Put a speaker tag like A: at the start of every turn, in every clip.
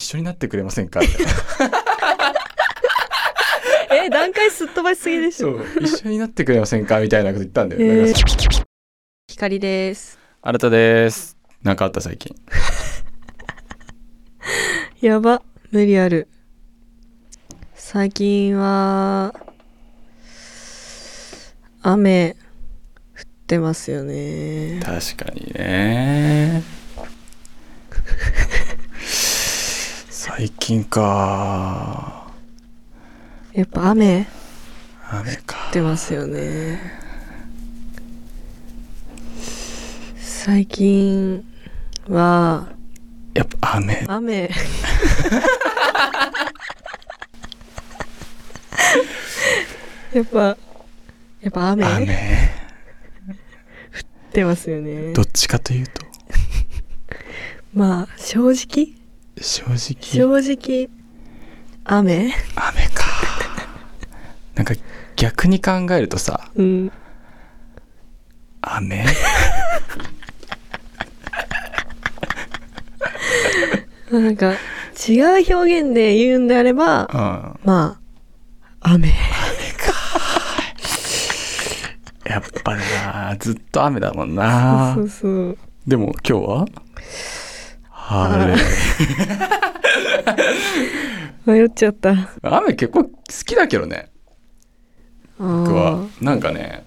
A: 一緒になってくれませんか
B: え段階すっ飛ばしすぎでし
A: そ
B: ょ
A: う一緒になってくれませんかみたいなこと言ったんだよ、
B: へ
A: だか
B: ー
A: ら
B: 光です
A: 新たですなんかあった最近
B: やば無理ある最近は雨降ってますよね
A: 確かに ね最近か
B: やっぱ雨
A: 雨か
B: ってますよね最近は
A: やっぱ雨
B: 雨やっぱやっぱ雨降っ
A: 雨
B: てますよね
A: どっちかというと
B: まあ正直
A: 正直
B: 正直
A: 雨
B: 雨
A: かなんか逆に考えるとさ
B: うん
A: 雨
B: なんか違う表現で言うんであれば
A: うん
B: まあ雨
A: やっぱなずっと雨だもんな
B: そうそう
A: でも今日は晴れ
B: 迷っちゃったあ
A: 雨結構好きだけどね僕は
B: ー
A: なんかね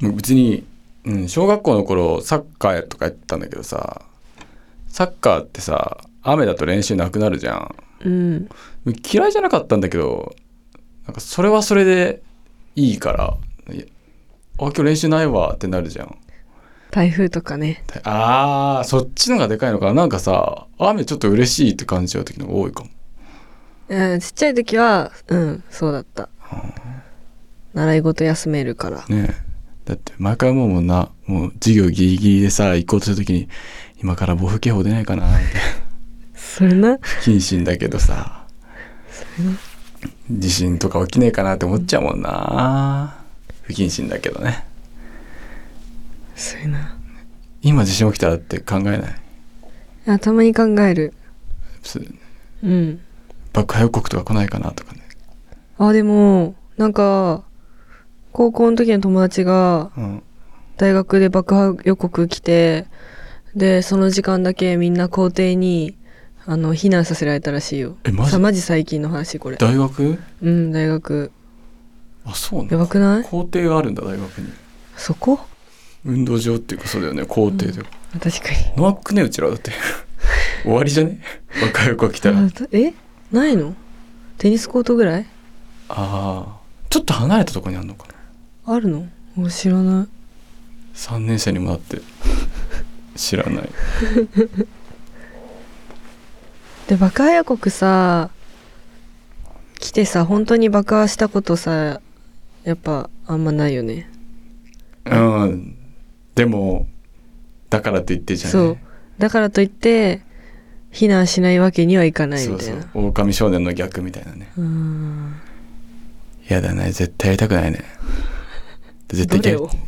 A: 別に、うん、小学校の頃サッカーとかやってたんだけどさサッカーってさ雨だと練習なくなるじゃん
B: うん
A: 嫌いじゃなかったんだけどなんかそれはそれでいいからいやあ今日練習ないわってなるじゃん
B: 台風とかね
A: あーそっちのがでかいのかななんかさ雨ちょっと嬉しいって感じちゃう時の方が多いかも
B: うんちっちゃい時はうんそうだった習い事休めるから
A: ねえだって毎回もうもんなもう授業ギリギリでさ行こうとする時に今から暴風警報出ないかなみたいな
B: それな
A: 不謹慎だけどさ地震とか起きねえかなって思っちゃうもんな不謹慎だけどね
B: それな
A: 今地震起きたらって考えない
B: 頭に考える
A: す
B: うん
A: 爆破予告とか来ないかなとかね
B: あでもなんか高校の時の友達が
A: うん
B: 大学で爆破予告来てでその時間だけみんな校庭にあの避難させられたらしいよ
A: えマジ
B: さマジ最近の話これ
A: 大学
B: うん大学
A: あそうな
B: や
A: の
B: ばくない
A: 校庭があるんだ大学に
B: そこ
A: 運動場っていうかそうだよね校庭というか、
B: あ確か
A: なくねうちらだって 終わりじゃね爆破予告来たら
B: にあたえないのテニスコートぐらい
A: ああちょっと離れたとこにあるのかな
B: あるのお知らない
A: 3年生にもなって知らない
B: で爆破予告さ来てさ本当に爆破したことさやっぱあんまないよね
A: うんでもだからといってじゃない
B: そうだからといって避難しないわけにはいかない
A: そ
B: み
A: う
B: たい
A: そ
B: な
A: う狼少年の逆みたいなね
B: うーん
A: 嫌だね絶対やりたくないね絶
B: ど
A: 対
B: れ
A: 逆
B: を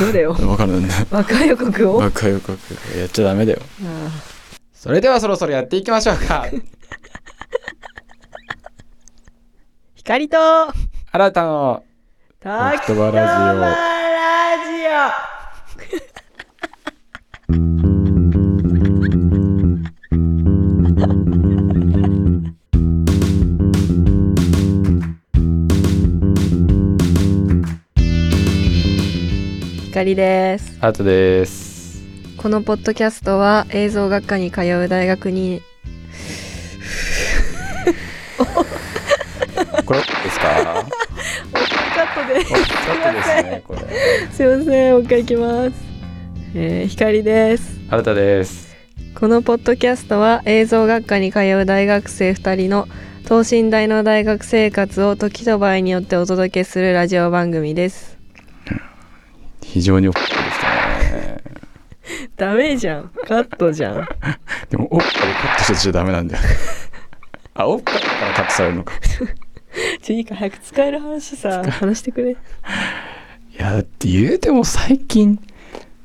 B: どれを
A: 分かるんだ
B: 爆破予告をあ
A: 爆破予告やっちゃダメだよ
B: あ
A: それではそろそろやっていきましょう か
B: 光と
A: 新たの
B: 滝
A: とばラ
B: ラジ オ光です
A: ジオあとです
B: このポッドキャストは映像学科に通う大学に
A: これ OK ですか
B: カットで
A: OK ですねこ れ
B: すいませんもう一回いきます、えー、光です
A: 新た です
B: このポッドキャストは映像学科に通う大学生2人の等身大の大学生活を時と場合によってお届けするラジオ番組です
A: 非常に OK でしたね
B: ダメじゃんカットじゃん
A: でも、おっぱでカットしてちゃダメなんだよ。 あ、おっぱいからカットされるのか。
B: ちょいいか早く使える話さ話してくれ
A: いや、だって言うても最近、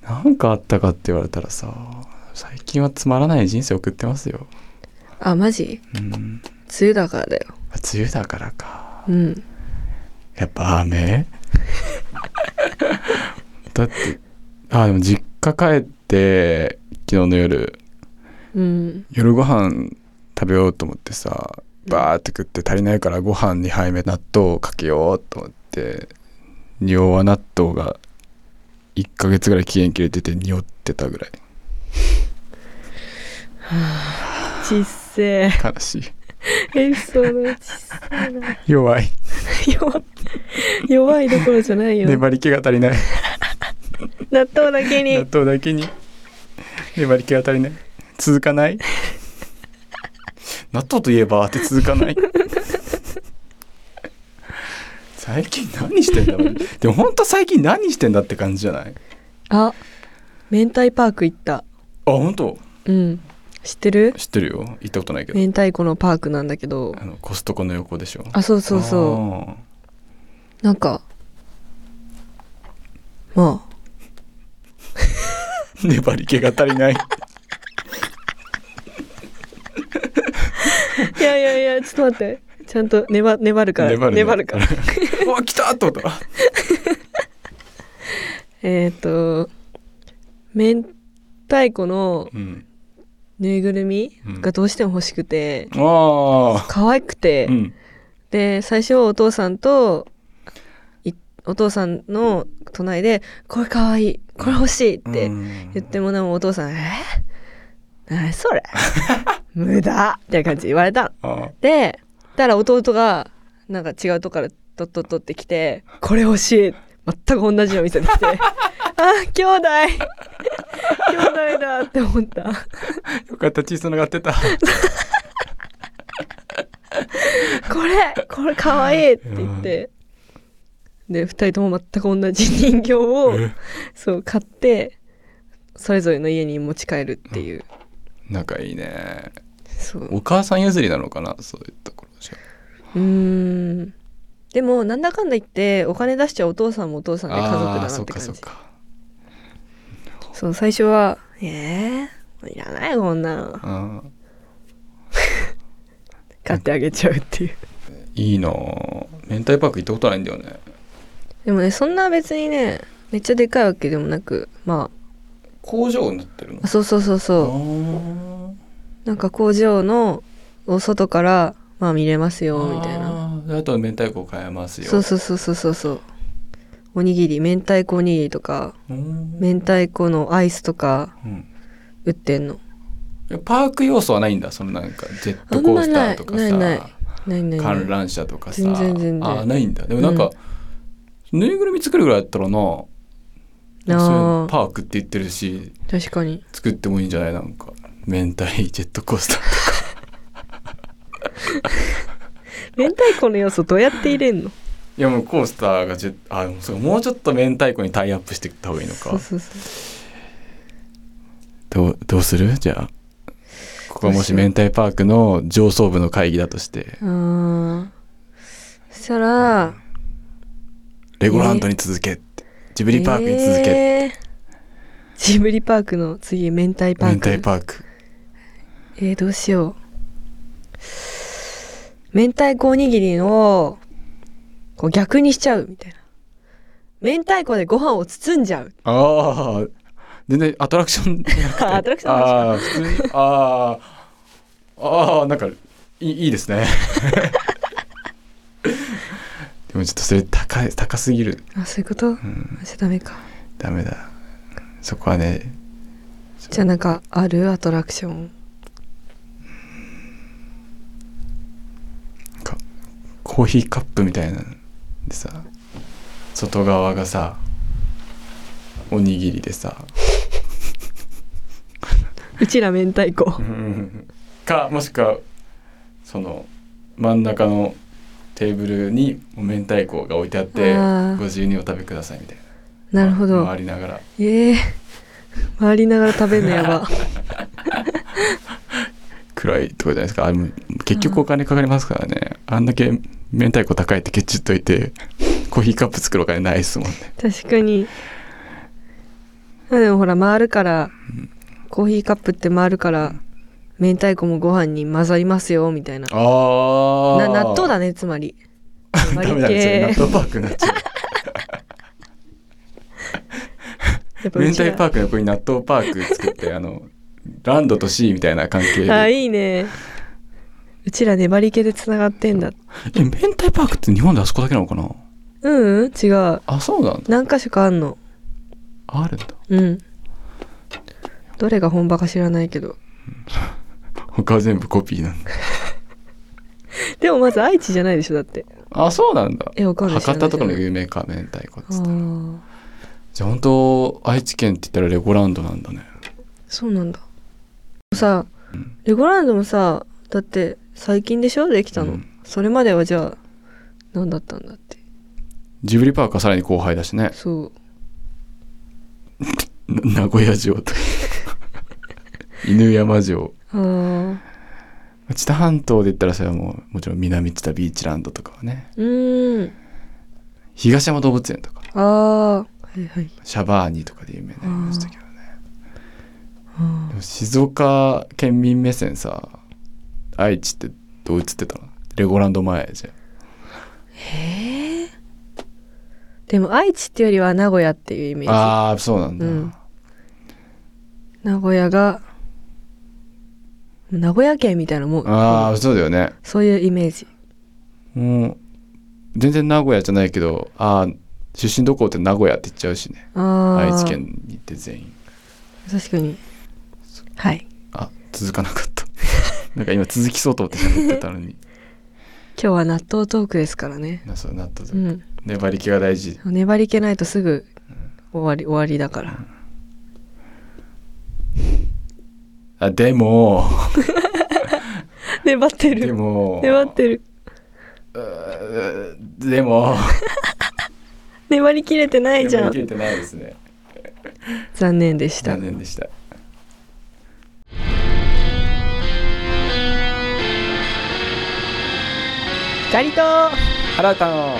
A: なんかあったかって言われたらさ、最近はつまらない人生送ってますよ。
B: あマジ
A: うん。
B: 梅雨だからだよ
A: 梅雨だからか。
B: うん
A: やっぱ雨 だって、あ、でも実家帰って、昨日の夜、
B: うん
A: 夜ご飯食べようと思ってさ、バーって食って足りないからご飯2杯目納豆をかけようと思って、尿は納豆が1ヶ月ぐらい期限切れてて匂ってたぐらい。
B: ちっせ
A: 悲しい。
B: えエピソードちっせえな
A: 弱い。
B: 弱い弱いどころじゃないよ
A: 粘り気が足りない。
B: 納豆だ
A: 納
B: けに
A: 豆だけに粘り気が足りない続かない納豆といえばって続かない最近何してんだろうでも本当最近何してんだって感じじゃない
B: あ明太パーク行った
A: あ本当
B: うん知ってる
A: 知ってるよ行ったことないけど
B: 明太子のパークなんだけど
A: あのコストコの横でしょ
B: あそうそうそううなんかまあ
A: 粘り気が足り ない
B: いやいやいやちょっと待ってちゃんと粘粘るから
A: 粘るね
B: 粘るから
A: うわ来たってことあ
B: えっと明太子の
A: うん
B: ぬいぐるみ
A: うん
B: がどうしても欲しくて、
A: あ
B: 可愛くて、
A: ーうん
B: で最初お父さんといお父さんの隣で「これ可愛いこれ欲しい」って
A: うん
B: 言ってもでもお父さん「え何それ無駄!」みたいな感じで言われたの。
A: あー
B: でたら弟がなんか違うとこからとっとっとってきて「これ欲しい!」全く同じの見せてきて「あ兄弟兄弟だ!」って思った。
A: よかった血つながってた
B: これこれかわいいって言ってで2人とも全く同じ人形をそう買ってそれぞれの家に持ち帰るっていう
A: 仲いいね
B: そう
A: お母さん譲りなのかなそういうところじゃ
B: うーんでもなんだかんだ言ってお金出しちゃうお父さんもお父さんで家族だ
A: あ
B: な
A: ーそっ
B: っ
A: てか
B: 感じ
A: そ
B: そう
A: っか
B: 最初は「えー、いらないこんなの
A: あ
B: 買ってあげちゃう」っていう
A: ーいいなあ明太パーク行ったことないんだよね
B: でもねそんな別にねめっちゃでかいわけでもなくま
A: 工場になってるの
B: あそうそうそうそうなんか工場のお外からまあ見れますよみたいな
A: なあとは明太子買えますよ
B: そうそうそうそうそうそうおにぎり明太子おにぎりとか
A: うーん
B: 明太子のアイスとか
A: うん
B: 売ってんの
A: パーク要素はないんだそのなんかジェットコースターとか
B: あんまないない
A: さ
B: ないないない
A: 観覧車とかさ
B: 全然全然
A: あーないんだでもなんか、ぬいぐるみ作るぐらいだったらなそういう
B: あー
A: パークって言ってるし
B: 確かに
A: 作ってもいいんじゃないなんか明太 ジェットコースター
B: 明太子の要素どうやって入れんの
A: いやもうコースターがじゅあでもそうかもうちょっと明太子にタイアップしていった方がいいの
B: そ
A: か
B: うそうそう
A: どうどうするじゃあここがもし
B: どうしよ
A: 明
B: う
A: 太パークの上層部の会議だとして
B: あーそしたら
A: レゴランドに続けってジブリパークに続け、
B: えージブリパークの次明太パー
A: 明
B: ク
A: 太パーク
B: えー、どうしよう。明太子おにぎりを、こう逆にしちゃうみたいな。明太子でご飯を包んじゃう。
A: ああ全然アトラクションじゃなくて
B: アトラクションの話
A: ああ普通にああああなんかいいいいですね でもちょっとそれ高い高すぎる
B: あ、そういうこと
A: ん
B: じゃダメか。
A: ダメだそこはね
B: じゃあなんか、あるアトラクション。
A: コーヒーカップみたいなのでさ外側がさおにぎりでさ
B: うちら明太子。
A: かもしくはその真ん中のテーブルにもう明太子が置いてあって
B: あー
A: ご自由にお食べくださいみたいな
B: なるほ
A: ま
B: ど。
A: 回りながら
B: ええー。回りながら食べるのやば。
A: 暗いとこじゃないですかあれも結局お金かかりますからねあんだけ明太子高いってケチっといてコーヒーカップ作るお金ないですもんね
B: 確かに。まあでもほら、回るから、コーヒーカップって回るから明太子もご飯に混ざりますよみたいな
A: あ
B: な納豆
A: だ
B: だねつまり
A: ダメだねそれ納豆パークになっ ちゃう
B: やっぱ
A: 明
B: うちら
A: 太パークの横に納豆パーク作ってあのランドとシーみたいな関係で
B: あいいねうちら粘り気でつながってんだ
A: え明太パークって日本であそこだけなのかな
B: ううん違う
A: あそうなんだ
B: 何か所かあんの
A: あるんだ
B: うんどれが本場か知らないけど
A: 他は全部コピーなんだ
B: でもまず愛知じゃないでしょだって
A: あそうなんだ
B: えわかんない
A: 博多とかの
B: あ
A: 有名か明太子っ
B: あ
A: つって
B: ー
A: じゃあ本当愛知県って言ったらレゴランドなんだね
B: そうなんださ
A: うん
B: レゴランドもさだって最近でしょできたの、
A: うん
B: それまではじゃあ何だったんだって
A: ジブリパークはさらに後輩だしね
B: そう
A: な名古屋城 と犬山城
B: あー
A: 知多半島で言ったらそれはもうもちろん南知多ビーチランドとかはね
B: うーん
A: 東山動物園とか
B: あーはいはい
A: シャバーニとかで有名になりましたけどね
B: あ
A: でも静岡県民目線さ愛知ってどう映ってたのレゴランド前じゃん
B: えー、でも愛知っていうよりは名古屋っていうイメージ
A: ああそうなんだ、
B: うん名古屋が名古屋県みたいなもん
A: ああそうだよね
B: そういうイメージ
A: もう全然名古屋じゃないけどああ出身どこって名古屋って言っちゃうしね
B: ああ
A: 愛知県に行って全員
B: 確かにはい
A: あ続かなかった なんか今続きそうと思って喋ってたのに
B: 今日は納豆トークですからね
A: なそうなったぞ
B: うん
A: 粘り気が大事
B: 粘り気ないとすぐ終わり終わりだから
A: あでも
B: 粘っ て
A: で
B: る
A: も
B: 粘ってる
A: で も
B: 粘り切れてないじゃ
A: 粘り切
B: ん
A: れてないですね
B: 残念でした
A: 残念でした
B: 光と秋
A: 新たの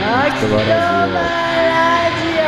B: 葉ラジ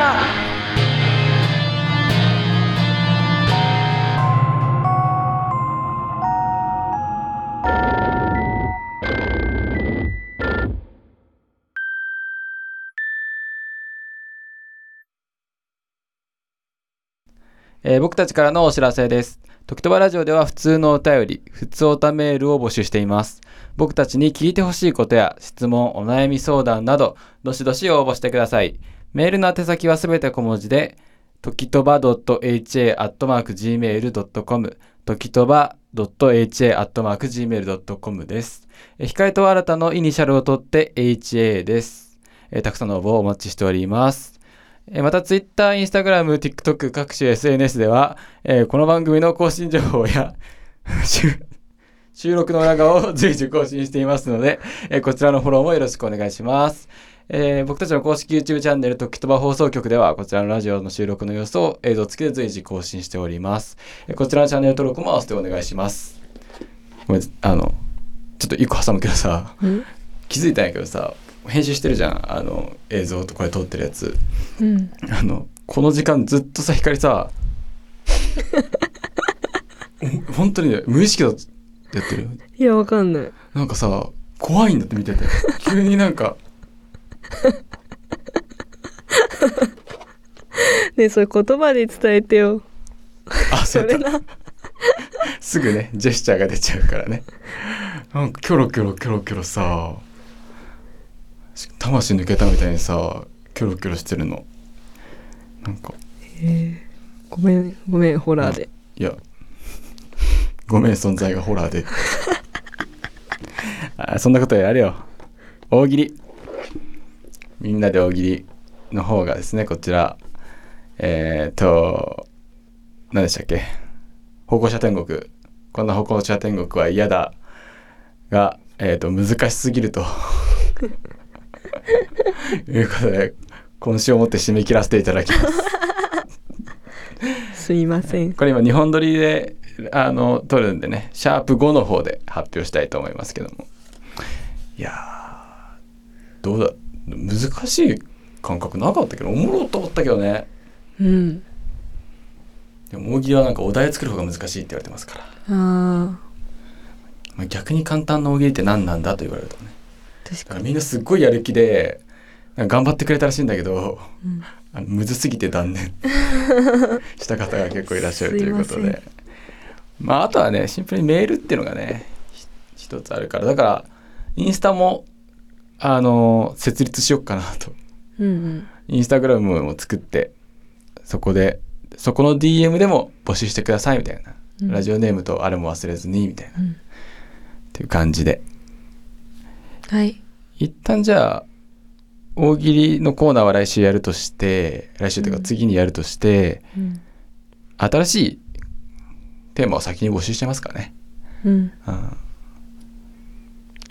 A: えー僕たちからのお知らせです。時とばラジオでは普通のお便り、普通おたメールを募集しています。僕たちに聞いてほしいことや質問、お悩み相談など、どしどし応募してください。メールの宛先はすべて小文字で、時とば .ha.gmail.com、時とば .ha.gmail.com です。えー、光と新たのイニシャルを取って ha です。えーたくさんの応募をお待ちしております。えーまた Twitter、Instagram、TikTok 各種 SNS では、えーこの番組の更新情報や収収録の裏側を随時更新していますので、えーこちらのフォローもよろしくお願いします。えー僕たちの公式 YouTube チャンネル「ときとば放送局」ではこちらのラジオの収録の様子を映像付きで随時更新しております、えーこちらのチャンネル登録も合わせてお願いしますごめんあのちょっと一個挟むけどさ
B: オん
A: 気づいたんやけどさ編集してるじゃんあの映像とこれ撮ってるやつ
B: うん
A: あのこの時間ずっとさ光さほ本当にね無意識だとやってるよ
B: いやわかんない
A: なんかさ怖いんだって見てて急になんか
B: ねえそれ言葉で伝え てよ
A: あ
B: そ
A: そ
B: れ
A: れ
B: な
A: すぐねジェスチャーが出ちゃうからねなんかキョロキョロキョロキョロさし魂抜けたみたいにさキョロキョロしてるのなんか
B: えーごめんごめんホラーで
A: いや、ごめん、存在がホラーで。 あそんなことやれよ。大喜利。みんなで大喜利の方がですね、こちら。えっ、ー、と、何でしたっけ歩行者天国。こんな歩行者天国は嫌だ。が、えっ、と、難しすぎると。いうことで、今週をもって締め切らせていただきます。
B: すいません
A: これ今日本撮りであの撮るんでねシャープ5の方で発表したいと思いますけどもいやーどうだ難しい感覚なかったけどおもろと思ったけどね
B: うん
A: でも大喜利はなんかお題作る方が難しいって言われてますから、
B: あ
A: まあ、逆に簡単な大喜利って何なんだと言われるとね
B: ー確
A: だか
B: からに、
A: みんなすっごいやる気でなんか頑張ってくれたらしいんだけど
B: うん
A: あのむずすぎて断 念した方が結構いらっしゃるということ
B: すいませ
A: でまああとはねシンプルにメールっていうのがねひ一つあるからだからインスタもあの設立しよっかなと
B: うんうん
A: インスタグラムも作ってそこでそこの DM でも募集してくださいみたいな、
B: うん
A: ラジオネームとあれも忘れずにみたいなっ
B: うん
A: ていう感じで
B: はい
A: 一旦じゃあ大喜利のコーナーは来週やるとして来週という
B: う
A: か
B: ん
A: 次にやるとして、
B: うん
A: 新しいテーマを先に募集してますからね。
B: うん
A: うん。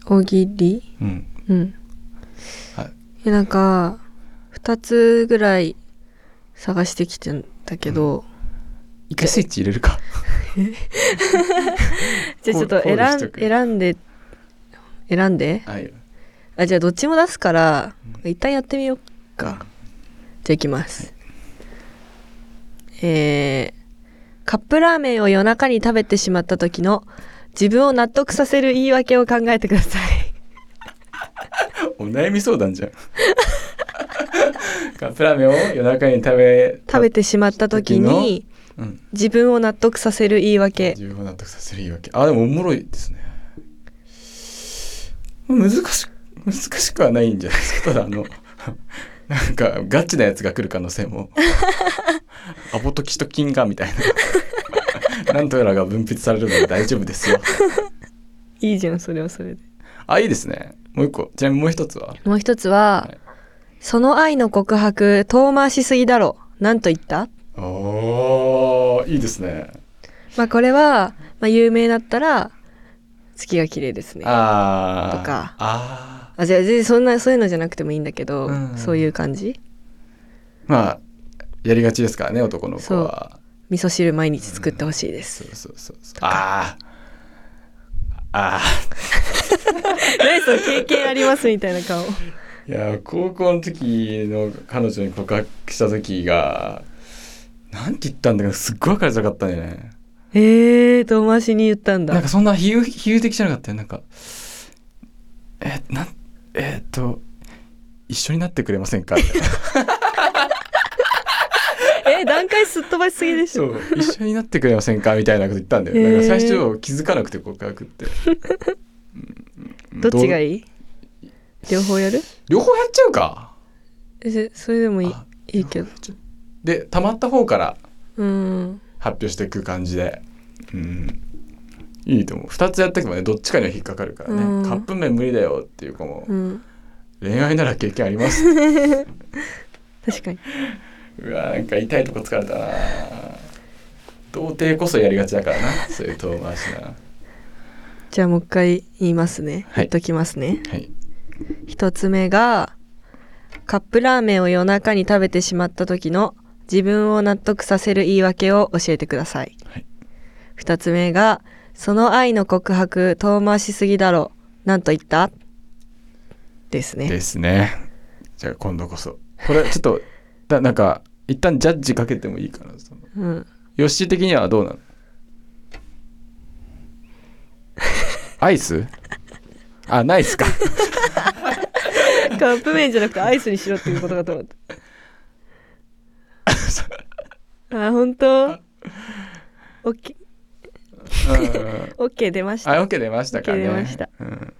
B: 大喜利
A: うん。
B: うん
A: はい
B: えなんか2つぐらい探してきてんだけど、
A: 一回スイッチ入れるか。
B: じゃあちょっと
A: コールし
B: 選
A: と
B: ん
A: く
B: 選んで選んで
A: はい。
B: あじゃあどっちも出すから、一旦やってみようかじゃあいきます、えー、カップラーメンを夜中に食べてしまった時の自分を納得させる言い訳を考えてくださ い
A: お悩み相談 じゃん。カップラーメンを夜中に食べ、
B: 食べてしまった時に
A: うん。
B: 自分を納得させる言い訳
A: 自分を納得させる言い訳。あ、でもおもろいですね。難しく、難しくはないんじゃないですか。ただあの、 なんかガチなやつが来る可能性 も。アボトキシトキンがみたいな。なんとやらが分泌されるので大丈夫ですよ。
B: いいじゃんそれはそれで
A: あ、いいですね。もう一個。ちなみにもう一つは
B: もう一つは、
A: はい
B: その愛の告白遠回しすぎだろなんと言った
A: おー、いいですね。
B: まあこれは、まあ、有名だったら月が綺麗ですね
A: あー。
B: とか
A: あ
B: あじゃあ全然そんなそういうのじゃなくてもいいんだけど、
A: うん
B: そういう感じ
A: ー。まあ、やりがちですからね、男の子は。
B: 味噌汁毎日作ってほしいで
A: そ
B: す
A: う、そうそうそう。あー。あ
B: 何その経験ありますみたいな顔
A: ー。いや、高校の時の彼女に告白した時が、なんて言ったんだかすっごい分かりづらかったんだよね。
B: えー、遠回しに言ったんだ
A: なんかそんな比喩比喩的じゃなかったよなんかえなんえーっと一緒になってくれませんか
B: え段階すっ飛ばしすぎでし
A: そ
B: ょ
A: う 一緒になってくれませんかみたいなこと言ったんだよ、
B: へー
A: なんか最初気づかなくて告白って うん
B: どっちが
A: う
B: いい両方やる
A: 両方やっちゃうか
B: えそそれでもいい
A: あ
B: いいけど
A: でたまった方から
B: うん
A: 発表していく感じでうんいいと思う2つやっていけばねどっちかには引っかかるからね、
B: うん
A: カップ麺無理だよっていう子も、
B: うん
A: 恋愛なら経験あります
B: 確かに
A: うわなんか痛いとこ疲れたな童貞こそやりがちだからなそういう遠回しな
B: じゃあもう一回言いますね、
A: はい
B: 言っときますね
A: はい
B: 一つ目がカップラーメンを夜中に食べてしまった時の自分を納得させる言い訳を教えてください、
A: はい
B: 二つ目がその愛の告白遠回しすぎだろなんと言ったですね
A: ですねじゃあ今度こそこれちょっとだなんか一旦ジャッジかけてもいいかなその
B: うん
A: ヨッシー的にはどう なのアイスあナイスか
B: カップ麺じゃなくてアイスにしろっていうことかと思った あ本当オッケ
A: うん
B: ーオッケー出まし
A: あ
B: た
A: OK 出ましたかね
B: OK 出ました
A: うん、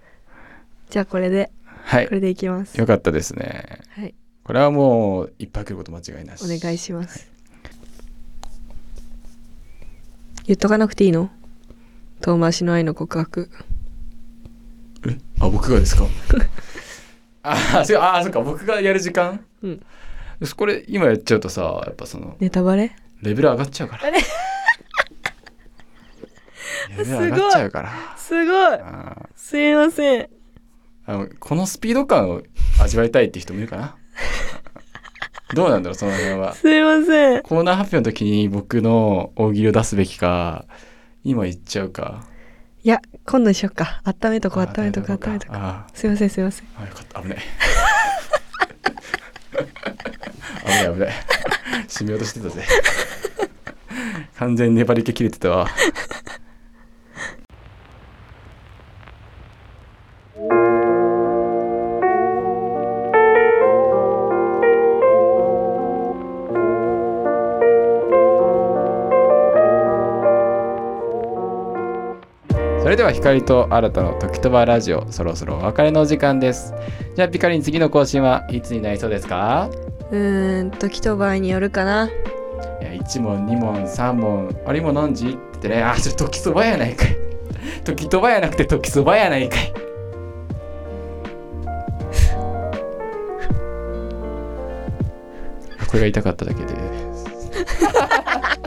B: じゃあこれで
A: はい
B: これでいきます
A: よかったですね
B: はい
A: これはもういっぱい来ること間違いなし
B: お願いします、言っとかなくていいの遠回しの愛の告白
A: あ僕がですか あそうあそっか僕がやる時間
B: うん
A: これ今やっちゃうとさやっぱその
B: ネタバレ
A: レベル上がっちゃうから
B: あれ
A: レベル上がっちゃうから
B: すごい
A: あ
B: すいません
A: ーあのこのスピード感を味わいたいって人もいるかなどうなんだろうその辺は
B: すいません
A: コーナー発表の時に僕の大喜利を出すべきか今言っちゃうか
B: いや今度にしよっか温めとこ
A: あ
B: う
A: ー
B: 温めとこう
A: 大
B: 温め
A: 丈夫
B: とこう
A: あ
B: すいませんすいません
A: ーあよか った危ね え危ない危ない締めようとしてたぜ完全に粘り気切れてたわそれでは光と新たの時とばラジオそろそろお別れのお時間ですじゃあピカリン次の更新はいつになりそうですか
B: うーん時と場合によるかない
A: や1問2問3問あれも何時って言ってねあそれ時そばやないか い時とばやなくて時そばやないかい これが痛かっただけです